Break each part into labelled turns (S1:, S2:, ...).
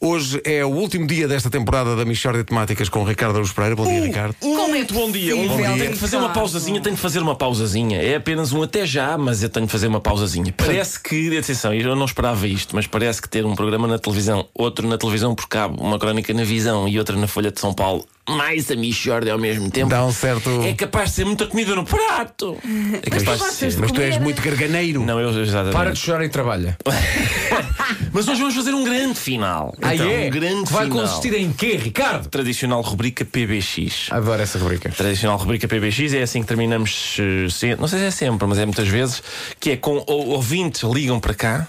S1: Hoje é o último dia desta temporada da Michórdia de Temáticas com o Ricardo Aruz Pereira. Bom
S2: Uh,
S1: dia, Ricardo.
S2: Muito bom dia.
S1: Bom
S2: é Tenho
S1: dia.
S2: que fazer uma pausazinha, tenho que fazer uma pausazinha. É apenas um até já, mas eu tenho que fazer uma pausazinha. Parece que, atenção, eu não esperava isto, mas parece que ter um programa na televisão, outro na televisão por cabo, uma crónica na visão e outra na Folha de São Paulo, mais a Michórdia ao mesmo tempo.
S1: Dá um certo.
S2: É capaz de ser muita comida no prato. É capaz de ser.
S1: Mas tu és muito garganeiro.
S2: Não, eu exatamente.
S3: Para de chorar e trabalha.
S2: Mas hoje vamos fazer um grande final. Então, Um grande
S3: Ah, é? Vai
S2: final.
S3: consistir em quê, Ricardo?
S2: Tradicional rubrica PBX.
S3: Adoro essa rubrica.
S2: Tradicional rubrica PBX, é assim que terminamos, eh, se- não sei se é sempre, mas é muitas vezes, que é com ou- ouvintes ligam para cá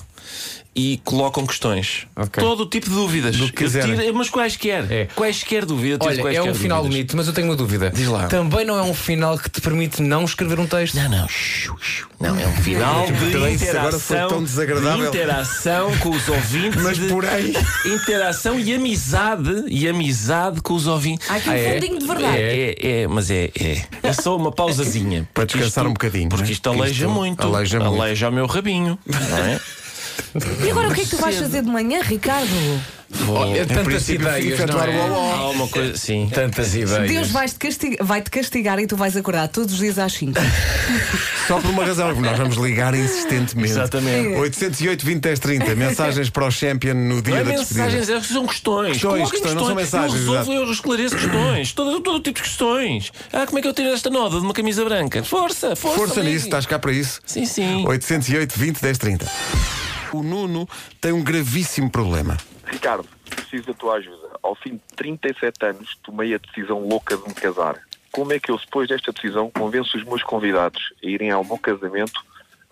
S2: e colocam questões.
S3: Ok.
S2: Todo o tipo de dúvidas.
S3: Do que
S2: Eu
S3: quiserem.
S2: tiro- mas quaisquer.
S3: É.
S2: Quaisquer dúvidas. tiro
S3: Olha, é
S2: quaisquer
S3: um final
S2: dúvidas.
S3: bonito, mas eu tenho uma dúvida.
S2: Diz lá.
S3: Também não é um final que te permite não escrever um texto.
S2: Ah, Não, não. Shoo, shoo. Não, é um final de
S1: Também isso
S2: interação.
S1: agora foi tão desagradável.
S2: de interação com os ouvintes.
S1: Mas
S2: de
S1: porém.
S2: Interação e amizade. E amizade com os ouvintes.
S4: Há aqui um
S3: Ah, é?
S4: fundinho de verdade.
S2: É, é, é, mas é, é. É só uma pausazinha.
S1: Para descansar
S2: Isto-
S1: um bocadinho, não
S2: Porque
S1: é?
S2: isto aleija
S1: Isto
S2: muito.
S1: aleija muito.
S2: o meu rabinho. Não é?
S4: E agora o que é que tu vais fazer de manhã, Ricardo?
S3: Olha,
S1: Em
S3: tantas
S1: princípio,
S3: ideias.
S1: fica a
S3: Não
S1: atuar o
S3: é?
S1: loló.
S2: Há uma coisa. Sim.
S3: Tantas ideias.
S4: Deus vai-te castigar, vai castigar e tu vais acordar todos os dias às 5.
S1: Só por uma razão, porque nós vamos ligar insistentemente.
S2: Exatamente.
S1: 808 20 10 30. Mensagens para o Champion no
S2: Não
S1: dia
S2: é
S1: da despedida.
S2: mensagens, é- são questões.
S1: Questões,
S2: Coloquem
S1: questões, não são mensagens, é.
S2: Eu resolvo, eu esclareço questões. Todo, todo tipo de questões. Ah, como é que eu tiro esta noda de uma camisa branca? Força, força.
S1: Força
S2: ligue.
S1: nisso, tá? estás cá para isso?
S2: Sim, sim.
S1: 808 20 10 30. O Nuno tem um gravíssimo problema.
S5: Ricardo, preciso da tua ajuda. Ao fim de 37 anos, tomei a decisão louca de me casar. Como é que eu, depois desta decisão, convenço os meus convidados a irem ao meu casamento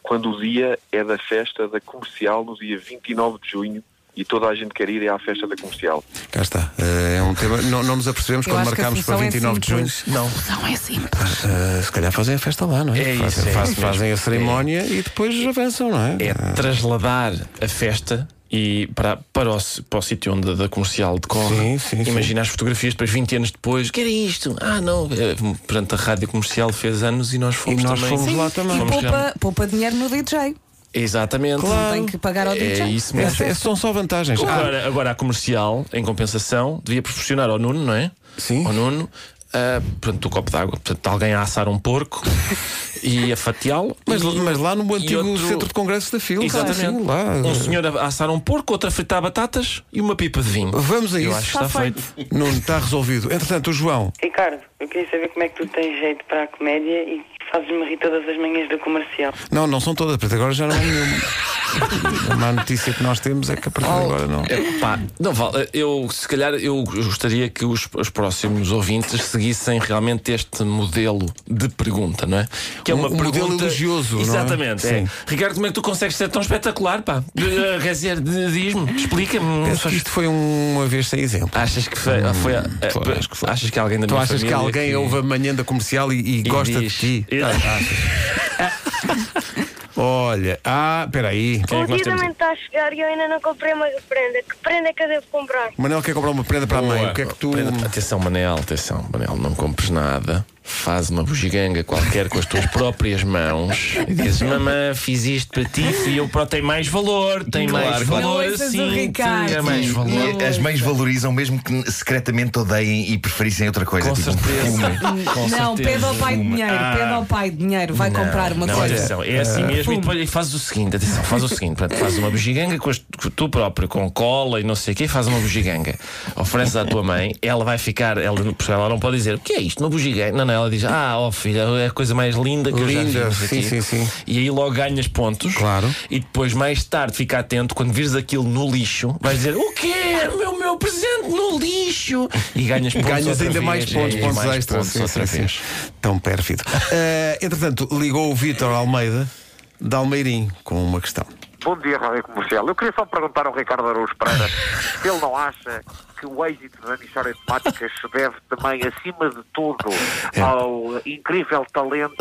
S5: quando o dia é da festa da comercial, no dia 29 de junho, e toda a gente quer ir é à festa da comercial?
S1: Cá está. Eh, É um tema. Não, não nos apercebemos
S4: Eu
S1: quando
S4: acho que a
S1: marcámos para
S4: solução é
S1: 29 de junho.
S4: simples.
S2: Não.
S4: Não é simples.
S1: Eh, se calhar fazem a festa lá, não é?
S2: É isso,
S1: fazem,
S2: é
S1: faz-
S2: isso
S1: fazem a
S2: mesmo.
S1: cerimónia e depois avançam, não é?
S2: é trasladar a festa e para, para, o, s- para o sítio onde a da comercial decorre.
S1: Sim, sim, sim.
S2: Imagina as fotografias, depois 20 anos depois, o que era isto? Ah, não. eh, Portanto, a rádio comercial fez anos e nós fomos
S1: E nós
S2: também.
S1: fomos lá também.
S4: E
S2: Vamos
S4: poupa, poupa dinheiro no DJ.
S2: Exatamente.
S4: Claro. Tem que pagar ao
S2: É
S4: DJ.
S2: isso
S1: É,
S2: mesmo.
S1: é- são só vantagens. Ah,
S2: Agora, agora a comercial, em compensação, devia proporcionar ao Nuno, não é?
S1: Sim.
S2: Ao Nuno. ah, portanto, o copo d'água, portanto, alguém a assar um porco e a fatiá-lo.
S1: mas,
S2: E-
S1: mas lá no
S2: e
S1: antigo
S2: outro-
S1: centro de congresso da FIL,
S2: Exatamente.
S1: sim, lá. eh,
S2: Um senhor a assar um porco, outro a fritar batatas e uma pipa de vinho.
S1: Vamos a
S2: Eu
S1: isso.
S2: acho que está feito.
S1: Nuno, está resolvido. Entretanto, o João,
S6: Ricardo, eu queria saber como é que tu tens jeito para a comédia e fazes-me rir todas as manhãs do comercial.
S1: não, não são todas, porque agora já não há nenhuma. A má notícia que nós temos é que a partir
S2: Oh.
S1: de agora não.
S2: Pá, não vale. Eu, se calhar, eu gostaria que os, os próximos ouvintes seguissem realmente este modelo de pergunta, não é? Que é
S1: Um- um modelo elogioso, não é?
S2: Exatamente. é.
S1: Sim.
S2: Ricardo, como é que tu consegues ser tão espetacular, pá? Eh, Quer dizer, de- diz-me, explica-me.
S1: Penso que isto foi um, uma vez sem exemplo.
S2: Achas que foi. foi, eh,
S1: foi, acho que foi.
S2: Achas que alguém da
S1: Tu
S2: Ah, minha
S1: achas que
S2: família
S1: alguém ouve a manhã da comercial e, e
S2: e
S1: gosta
S2: diz-
S1: de ti?
S2: Eh,
S1: Olha, ah, peraí.
S2: Quem é
S7: o
S2: que nós
S7: dia da
S2: temos?
S7: mãe está a chegar e eu ainda não comprei uma prenda. Que prenda é que eu devo comprar?
S1: O Manel quer comprar uma prenda para a mãe.
S2: Boa.
S1: O que é que tu.
S2: Prenda- Atenção, Manel, atenção, Manel, não compres nada. Faz uma bugiganga qualquer com as tuas próprias mãos e dizes: Mamã, fiz isto para ti, fui eu para tem mais valor, tem mais valor
S4: Não ouças o
S2: assim.
S4: Ricardo.
S2: tem mais
S4: Sim.
S2: valor.
S4: Não.
S8: E As mães valorizam, mesmo que secretamente odeiem e preferissem outra coisa.
S2: Com
S8: tipo um perfume.
S2: certeza. Com
S4: não,
S2: certeza.
S4: pede ao pai dinheiro, pede ao pai dinheiro, vai comprar uma
S2: Não,
S4: coisa. Ah.
S2: atenção, é assim mesmo. E depois e fazes o seguinte: atenção, faz o seguinte: portanto, faz uma bugiganga com as- com tu próprio, com cola e não sei o quê, faz uma bugiganga. Ofereces à tua mãe, ela vai ficar, ela, ela não pode dizer o que é isto, uma bugiganga. Não, não, ela diz: ah, ó filha, é a coisa mais linda que eu já vi.
S1: Linda,
S2: não sei o
S1: sim,
S2: quê."
S1: sim, sim.
S2: E aí logo ganhas pontos.
S1: Claro.
S2: E depois, mais tarde, fica atento, quando vires aquilo no lixo, vais dizer: o quê? Meu, meu presente no lixo! E ganhas
S8: um
S2: pontos.
S1: Ganhas
S2: outra
S1: ainda
S2: vez,
S1: mais pontos,
S2: e
S1: pontos
S2: mais
S1: extras.
S2: pontos outra vez.
S1: Tão pérfido. Eh, entretanto, ligou o Vítor Almeida de Almeirim com uma questão.
S9: Bom dia, Rádio Comercial. Eu queria só perguntar ao Ricardo Araújo Pereira se ele não acha que o êxito da Michória de Temáticas se deve também, acima de tudo, ao incrível talento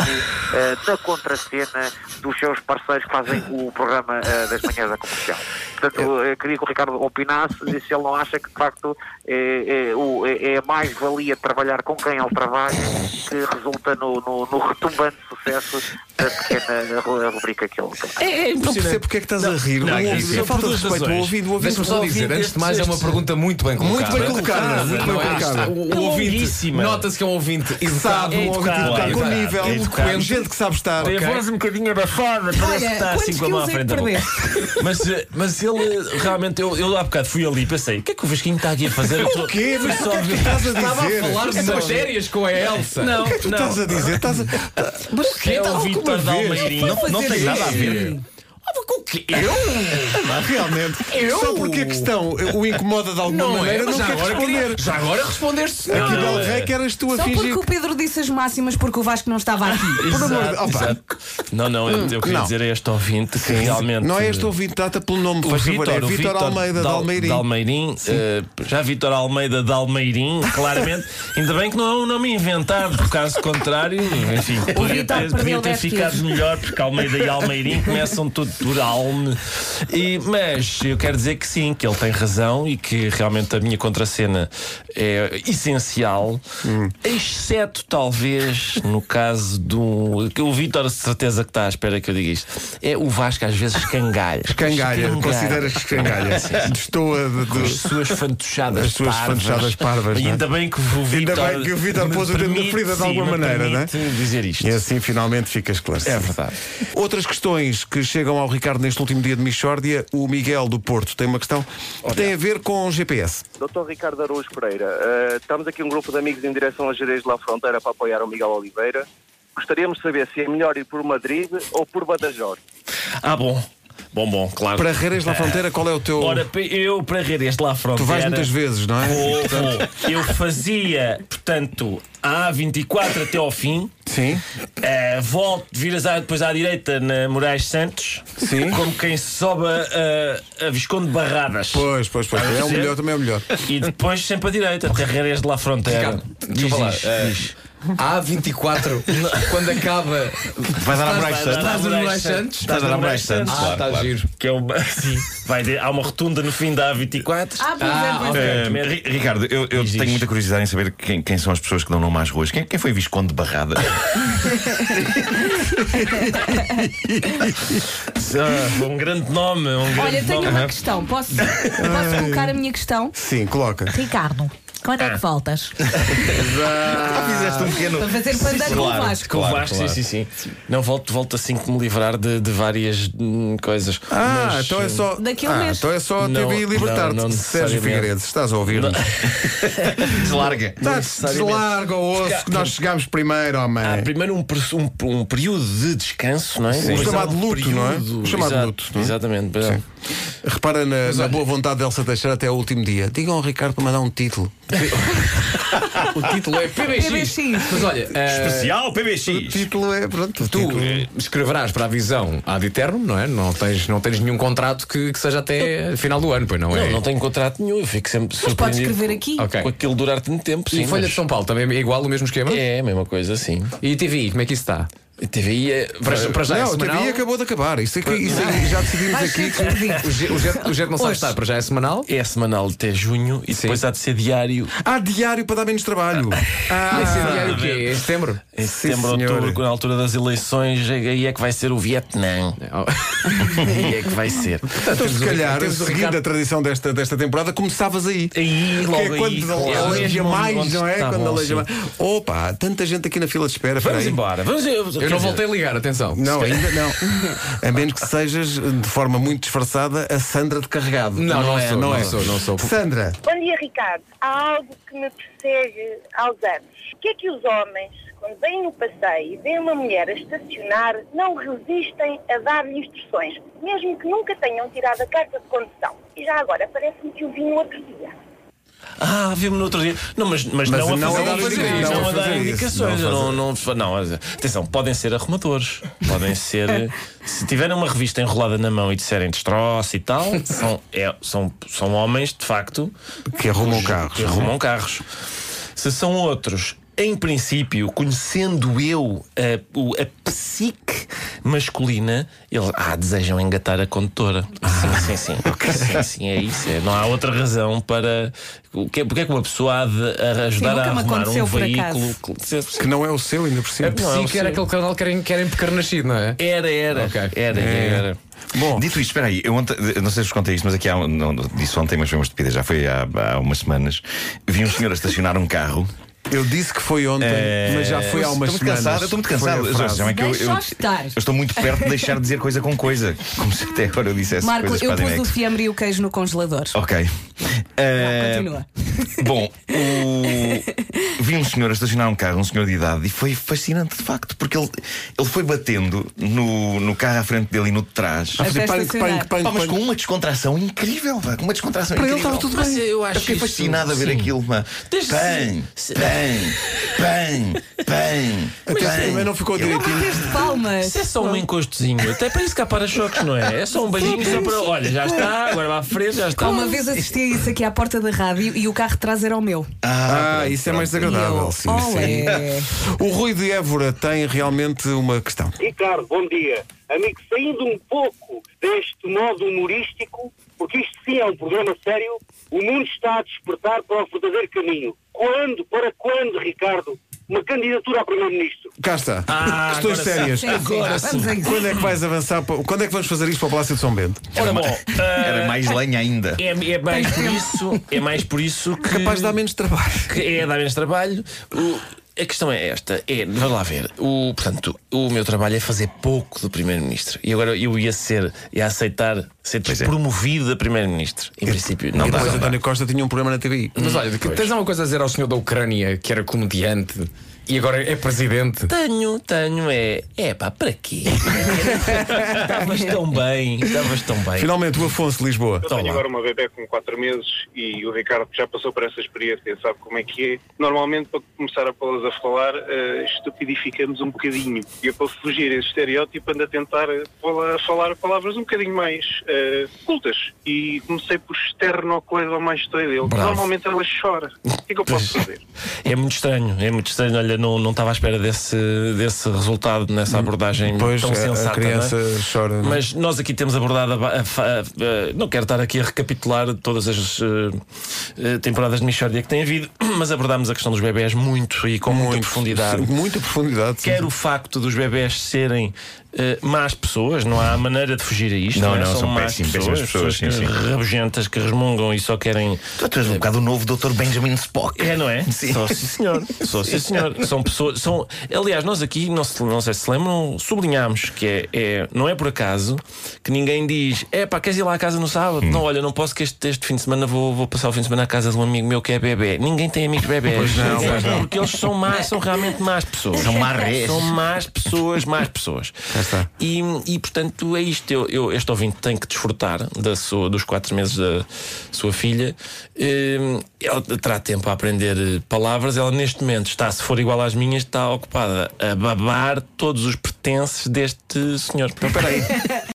S9: eh, da contracena dos seus parceiros que fazem o programa eh, das manhãs da comercial. Portanto, eu queria que o Ricardo opinasse e se ele não acha que, de facto, é, é, o- é- é a mais-valia trabalhar com quem ele trabalha que resulta no, no- no retumbante sucesso sucesso da pequena ru- rubrica que ele tem.
S2: É, é
S1: Não
S2: impressionante.
S1: percebo porque é que estás a rir.
S2: não,
S1: O
S2: é que
S1: ouvido-
S2: isso é
S1: eu falta
S2: por
S1: de
S2: duas
S1: respeito ao
S2: razões.
S1: ouvido. O ouvido
S3: Deixa-me só dizer, antes de mais, é uma pergunta muito bem colocada.
S1: Muito bem colocada, muito bem
S3: Não é?
S1: colocada.
S2: É
S3: O, o ouvinte,
S2: longuíssima.
S3: nota-se que é um ouvinte educado.
S1: Sabe, um
S2: É
S1: ouvinte
S2: educado,
S1: educado,
S2: é
S1: com
S2: educado,
S1: nível,
S2: é educado.
S1: eloquente, gente que é sabe estar.
S2: Tem a voz um bocadinho abafada, parece que está
S4: quantos
S2: assim com a mão à
S4: quilos é que
S2: frente da boca. Mas, eh, mas ele eh, realmente, eu, eu há bocado fui ali e pensei: o que é que o Vasquinho está aqui a fazer? Eu tô-
S1: O quê?
S2: fui
S1: Mas o
S2: só
S1: que é que tu estás a
S3: Estava a
S1: dizer?
S3: falar de matérias com a Elsa.
S2: Não,
S1: O que é que tu
S2: não.
S1: estás a dizer? Estás a- Mas o
S2: É o
S3: Então,
S1: Alguma
S2: Vitor
S1: vez?
S2: de Almeirim.
S1: Não foi
S2: Não
S1: fazer
S2: tem nada a ver.
S1: isso.
S2: Ah, com o quê? Eu?
S1: Ah, Realmente. Só porque a questão o incomoda de alguma
S3: Não é,
S1: maneira, não
S3: mas já
S1: quer
S3: agora,
S1: responder.
S3: queria- já agora respondeste.
S1: Aqui
S2: não,
S1: Del
S2: é.
S1: Rey que eras tu a
S4: Só
S1: fingir.
S4: porque o Pedro disse as máximas porque o Vasco não estava aqui.
S1: Por amor de-
S2: Exato,
S1: opa.
S2: exato. Não, não, eu, eu queria
S1: Não.
S2: dizer a este ouvinte que
S1: Sim.
S2: realmente.
S1: Não é este ouvinte, trata pelo nome,
S2: O
S1: faz favor. É
S2: Vítor, o
S1: Vítor Almeida de
S2: Dal-
S1: Almeirim.
S2: de Almeirim, eh, já Vítor Almeida de Almeirim, claramente. Ainda bem que não é um nome inventado, por caso contrário, enfim, podia
S4: Vítor
S2: ter,
S4: perdeu
S2: podia ter
S4: 10
S2: ficado
S4: quilos.
S2: melhor, porque Almeida e Almeirim começam tudo por Alme. E, mas eu quero dizer que sim, que ele tem razão e que realmente a minha contracena é essencial,
S1: Hum.
S2: exceto talvez no caso do. que O Vítor, de certeza que está à espera que eu diga isto. É o Vasco às vezes cangalha.
S1: Escangalha, consideras escangalha. Estou a. de-
S2: Com
S1: de-
S2: as suas fantochadas
S1: As suas
S2: parvas.
S1: fantochadas parvas,
S2: E
S1: não é?
S2: ainda bem que o
S1: Ainda
S2: Vitor
S1: bem que o Vítor pôs o dedo na ferida de alguma maneira, não é?
S2: dizer isto.
S1: E assim finalmente fica esclarecido.
S2: É verdade.
S1: Outras questões que chegam ao Ricardo neste último dia de Michórdia, o Miguel do Porto tem uma questão que tem a ver com GPS.
S5: Doutor Ricardo Araújo Pereira, eh, estamos aqui um grupo de amigos em direção a Jerez de La Fronteira para apoiar o Miguel Oliveira. Gostaríamos de saber se é melhor ir por Madrid ou por Badajoz.
S2: Ah, bom. Bom, bom, claro.
S1: Para Reiras da Fronteira, qual é o teu.
S2: Ora, pa- eu para Redes lá à
S1: tu
S2: fronteira.
S1: vais muitas vezes, não é?
S2: Vou, vou. Eu fazia, portanto, a A24 até ao fim.
S1: Sim.
S2: Eh, volto, viras à- depois à direita na Moraes Santos.
S1: Sim.
S2: Como quem sobe eh, a, a, a Visconde de Barradas.
S1: Pois, pois, pois. É o
S2: Sim.
S1: melhor, também é o melhor.
S2: E depois sempre à direita, até Redes lá à fronteira.
S3: Ricardo, deixa eu falar. eh, Há 24, quando acaba.
S8: Vai dar a Moraes
S3: Estás-
S8: Santos.
S3: Estás a Moraes Santos?
S8: Estás a dar a Moraes Santos,
S3: Ah,
S8: claro.
S3: está
S8: claro.
S3: giro.
S2: Que é uma, sim, vai de- há uma rotunda no fim da A24.
S4: Ah, pois é,
S3: Ah,
S4: pois é.
S8: Eh, Ri- Ricardo, eu, eu
S2: Diz,
S8: tenho
S2: diz.
S8: muita curiosidade em saber quem, quem são as pessoas que dão nome às ruas. Quem, quem foi Visconde de Barrada?
S2: Ah, um grande nome. Um grande
S4: Olha, tenho
S2: nome.
S4: uma questão. Posso, posso colocar a minha questão?
S1: Sim, coloca.
S10: Ricardo, quando é que voltas?
S8: Fizeste um pequeno.
S4: Para fazer pandan com o
S8: Claro,
S4: Vasco.
S2: Com o Vasco, sim, sim, sim. Não volto, volto assim que me livrar de, de várias hum, coisas.
S1: Ah,
S2: Mas, hum,
S1: então é só.
S4: Daqui a um
S1: ah,
S4: mês.
S1: então é só a
S2: Não,
S1: TV e
S2: não,
S1: libertar-te.
S2: não
S1: Sérgio
S2: necessariamente.
S1: Figueiredo, estás a ouvir-nos?
S8: Deslarga.
S1: Tá,
S2: necessariamente.
S1: Deslarga o osso que nós chegámos primeiro, homem.
S2: Há primeiro um, per- um- um período de descanso, não é? Depois há
S1: chamado
S2: um
S1: luto,
S2: período-
S1: não é? O chamado
S2: Exato,
S1: luto, não é?
S2: Exatamente. pois é.
S1: Repara na, na boa vontade de Elsa Teixeira até o último dia. Digam ao Ricardo para mandar um título.
S3: O título é PBX.
S4: PBX.
S3: Mas olha, eh,
S8: Especial
S1: O
S8: PBX.
S1: título é, pronto, o
S3: tu
S1: título.
S3: eh, escreverás para a visão ad eternum, não é? Não tens, não tens nenhum contrato que, que seja até final do ano, pois não é?
S2: Não, não tenho contrato nenhum, eu fico sempre
S4: Mas podes
S2: surpreendido
S4: escrever
S2: com-
S4: aqui.
S3: Ok.
S2: Com aquilo durar tanto tempo, sim.
S3: E Folha
S2: mas-
S3: de São Paulo também é igual o mesmo esquema?
S2: É, a mesma coisa, sim.
S3: E TVI, como é que isso está?
S2: A TVI é.
S3: Para, para já é
S1: Não, a
S3: semanal.
S1: TV acabou de acabar. Isso aqui, isso aqui já decidimos
S4: Vais ser
S1: aqui. que-
S4: despedido.
S3: O Jet- o Jet o Jet não sabe
S4: Hoje.
S3: estar, para já é semanal.
S2: É semanal até junho e depois há de ser diário
S1: Há diário para dar menos trabalho.
S3: Ah, esse é o quê? Em setembro?
S2: em
S1: Sim,
S2: É setembro,
S1: senhora.
S2: outubro, na altura das eleições. Aí é que vai ser o Vietnã.
S3: Oh.
S2: Aí é que vai ser.
S1: Então, se calhar,
S3: temos o
S1: seguindo
S3: Ricardo-
S1: a tradição desta, desta temporada, começavas aí.
S2: Aí logo
S1: que é
S2: aí,
S1: quando
S2: claro.
S1: aleja mais,
S2: Onde
S1: não é?
S2: está
S1: Quando
S2: bom,
S1: aleja
S2: sim.
S1: mais. Opa, há tanta gente aqui na fila de espera.
S2: Vamos
S1: espera aí.
S2: embora. Vamos, eu
S3: Eu
S2: quer
S3: não
S2: dizer,
S3: voltei a ligar, atenção.
S1: Não, ainda não. A menos que sejas, de forma muito disfarçada, a Sandra de carregado.
S3: Não, não
S1: é,
S3: sou,
S1: não
S3: não
S1: é.
S3: sou, não sou.
S1: Sandra,
S7: Bom dia, Ricardo. Há algo que me persegue aos anos. O que é que os homens, quando vêm no passeio e veem uma mulher a estacionar, não resistem a dar-lhe instruções, mesmo que nunca tenham tirado a carta de condução? E já agora, parece-me que o vi no outro dia.
S2: Ah, vi-me no outro dia. Não, mas, mas,
S1: Mas
S2: não,
S1: não
S2: a
S1: a dar
S2: fazer, isso,
S1: indicações,
S2: não,
S1: não
S2: a
S1: a
S2: dar
S1: fazer isso,
S2: indicações.
S1: não a
S2: Não, não, não, atenção, podem ser arrumadores. Podem ser. se tiverem uma revista enrolada na mão e disserem destroço e tal, são, é- são, são homens, de facto,
S1: que arrumam
S2: que
S1: carros.
S2: arrumam carros. Se são outros em princípio, conhecendo eu a, o- a psique masculina, eles ah, desejam engatar a condutora.
S4: Ah.
S2: Sim, sim, sim. sim, sim, é isso. é. Não há outra razão para. o que é- Porque é que uma pessoa há de ajudar
S4: Sim, nunca
S2: a
S4: me
S2: arrumar
S4: aconteceu,
S2: um
S4: por acaso.
S2: veículo que-
S1: Que não é o seu, ainda por cima.
S2: É possível. Não,
S3: Sim, que era
S2: sim.
S3: aquele canal que era, que era em Pecarnascido, não é?
S2: Era, era.
S3: Ok.
S2: Era,
S4: É.
S2: era.
S1: Bom,
S8: Dito isto, espera aí, eu ontem- eu não sei se vos contei isto, mas aqui há, um- não, não, disse ontem, mas foi uma estupidez, já foi há, há umas semanas. Vi um senhor a estacionar um carro.
S1: eu disse que foi ontem, mas já foi há umas
S8: estou muito
S1: semanas.
S8: cansado, eu estou muito
S1: Foi a
S8: cansado.
S1: frase.
S8: Sabem é que eu,
S10: Deixa
S8: eu,
S10: eu estar.
S8: eu estou muito perto de deixar de dizer coisa com coisa. Como se até agora eu dissesse
S4: Marco,
S8: coisas
S4: eu
S8: fazem
S4: pus o
S8: eco.
S4: fiambre e o queijo no congelador.
S8: Ok. Eh,
S4: Continua.
S8: Bom, o- vi um senhor a estacionar um carro, um senhor de idade, e foi fascinante de facto, porque ele, ele foi batendo no, no carro à frente dele e no de trás.
S1: A fazer
S4: Até
S1: punk,
S4: estacionar.
S1: punk, punk,
S8: Pá, mas
S1: punk.
S8: com
S11: um
S8: uma descontração incrível, pá, com uma descontração
S1: Para ele
S8: incrível.
S1: estava tudo
S2: Mas eu acho
S8: Eu fiquei
S2: isso-
S8: fascinado a ver
S2: sim.
S8: aquilo, pá.
S2: Desde-
S8: Pam,
S2: se-
S8: pam, pam, pam.
S1: Até
S8: pam.
S1: mas não ficou
S8: Eu-
S1: direitinho.
S4: Este palmas.
S2: Isso é só um encostozinho. Até para isso que há para-choques, não é? É só um beijinho só para. Olha, já está, agora vai à frente, já está.
S4: Uma vez assisti a isso aqui à porta da rádio e o carro de trás era o meu.
S1: Ah, isso é mais
S4: E
S1: desagradável.
S4: eu,
S1: Sim, sim.
S4: olé.
S1: O Rui de Évora tem realmente uma questão.
S11: Ricardo, bom dia. Amigo, saindo um pouco deste modo humorístico, porque isto sim é um programa sério, o mundo está a despertar para o verdadeiro caminho. Quando, para quando, Ricardo, uma candidatura a Primeiro-Ministro?
S1: Cá está.
S2: Ah,
S1: Questões
S2: agora
S1: sérias.
S2: sim. Agora
S4: Vamos a
S2: sim.
S4: isso.
S1: Quando é que vais avançar? para- Quando é que vamos fazer isto para o Palácio de São Bento?
S2: Ora bom. eh,
S8: Era mais lenha ainda.
S2: É, é mais por isso, é mais por isso que,
S1: Capaz de dar menos trabalho.
S2: que é dar menos trabalho. O- a questão é esta, é, vamos lá ver. O, portanto, o meu trabalho é fazer pouco do Primeiro-Ministro. E agora eu ia ser, ia aceitar ser
S8: Pois é.
S2: promovido a Primeiro-Ministro. Em princípio, não
S1: e
S2: dá.
S1: depois
S2: não dá.
S1: António Costa tinha um programa na TV.
S3: Mas olha, que- tens alguma coisa a dizer ao senhor da Ucrânia que era comediante e agora é presidente?
S2: Tenho, tenho, é. É pá, para quê? estavas tão bem, estavas tão bem.
S1: Finalmente, o Afonso de Lisboa.
S2: Então
S11: Tenho
S2: lá.
S11: agora uma bebê com 4 meses e o Ricardo já passou por essa experiência, sabe como é que é. Normalmente, para começar a pô-las a falar, eh, estupidificamos um bocadinho. E eu, para fugir a esse estereótipo, ando a tentar eh, pô-la a falar palavras um bocadinho mais eh, cultas. E comecei por externocoisa ao mais dele. Normalmente ela chora. O que é que eu posso fazer?
S2: É muito estranho, é muito estranho. Olha, não não estava à espera desse, desse resultado, nessa abordagem
S1: Pois
S2: tão
S1: a-
S2: sensata.
S1: a criança
S2: não é?
S1: chora. não é?
S2: Mas nós aqui temos abordado. A, ba- a fa- a- a- não quero estar aqui a recapitular todas as eh, eh, temporadas de Michórdia que tem havido, mas abordámos a questão dos bebés muito e com muita profundidade.
S1: Sim, Muita profundidade. sim.
S2: Quer o facto dos bebés serem eh, más pessoas, não há maneira de fugir a isto.
S8: Não,
S2: é?
S8: não, são
S2: más
S8: péssimas,
S2: pessoas,
S8: péssimas pessoas, sim,
S2: que
S8: sim.
S2: rabugentas, que resmungam e só querem.
S8: Tu tu és um bocado o novo Dr. Benjamin Spock.
S2: É, não é?
S8: Sim.
S2: Só sim, senhor. Só sim, senhor. São pessoas. São, aliás, nós aqui, não, se- não sei se se lembram, sublinhámos que é, é- não é por acaso que ninguém diz: é pá, queres ir lá à casa no sábado? Não, olha, não posso que este, este fim de semana vou, vou passar o fim de semana à casa de um amigo meu que é bebê. Ninguém tem amigos bebés. É,
S1: Pois não, pois não.
S2: Porque eles são más, são realmente más pessoas.
S8: São marrés.
S2: São más pessoas, más pessoas.
S1: está.
S2: E, e, portanto é isto. Eu, eu- este ouvinte tem que desfrutar da sua- dos quatro meses da sua filha. Hum, Ela terá tempo a aprender eh, palavras. Ela neste momento está, se for igual às minhas, está ocupada a babar todos os pertences deste senhor.
S1: Espera aí.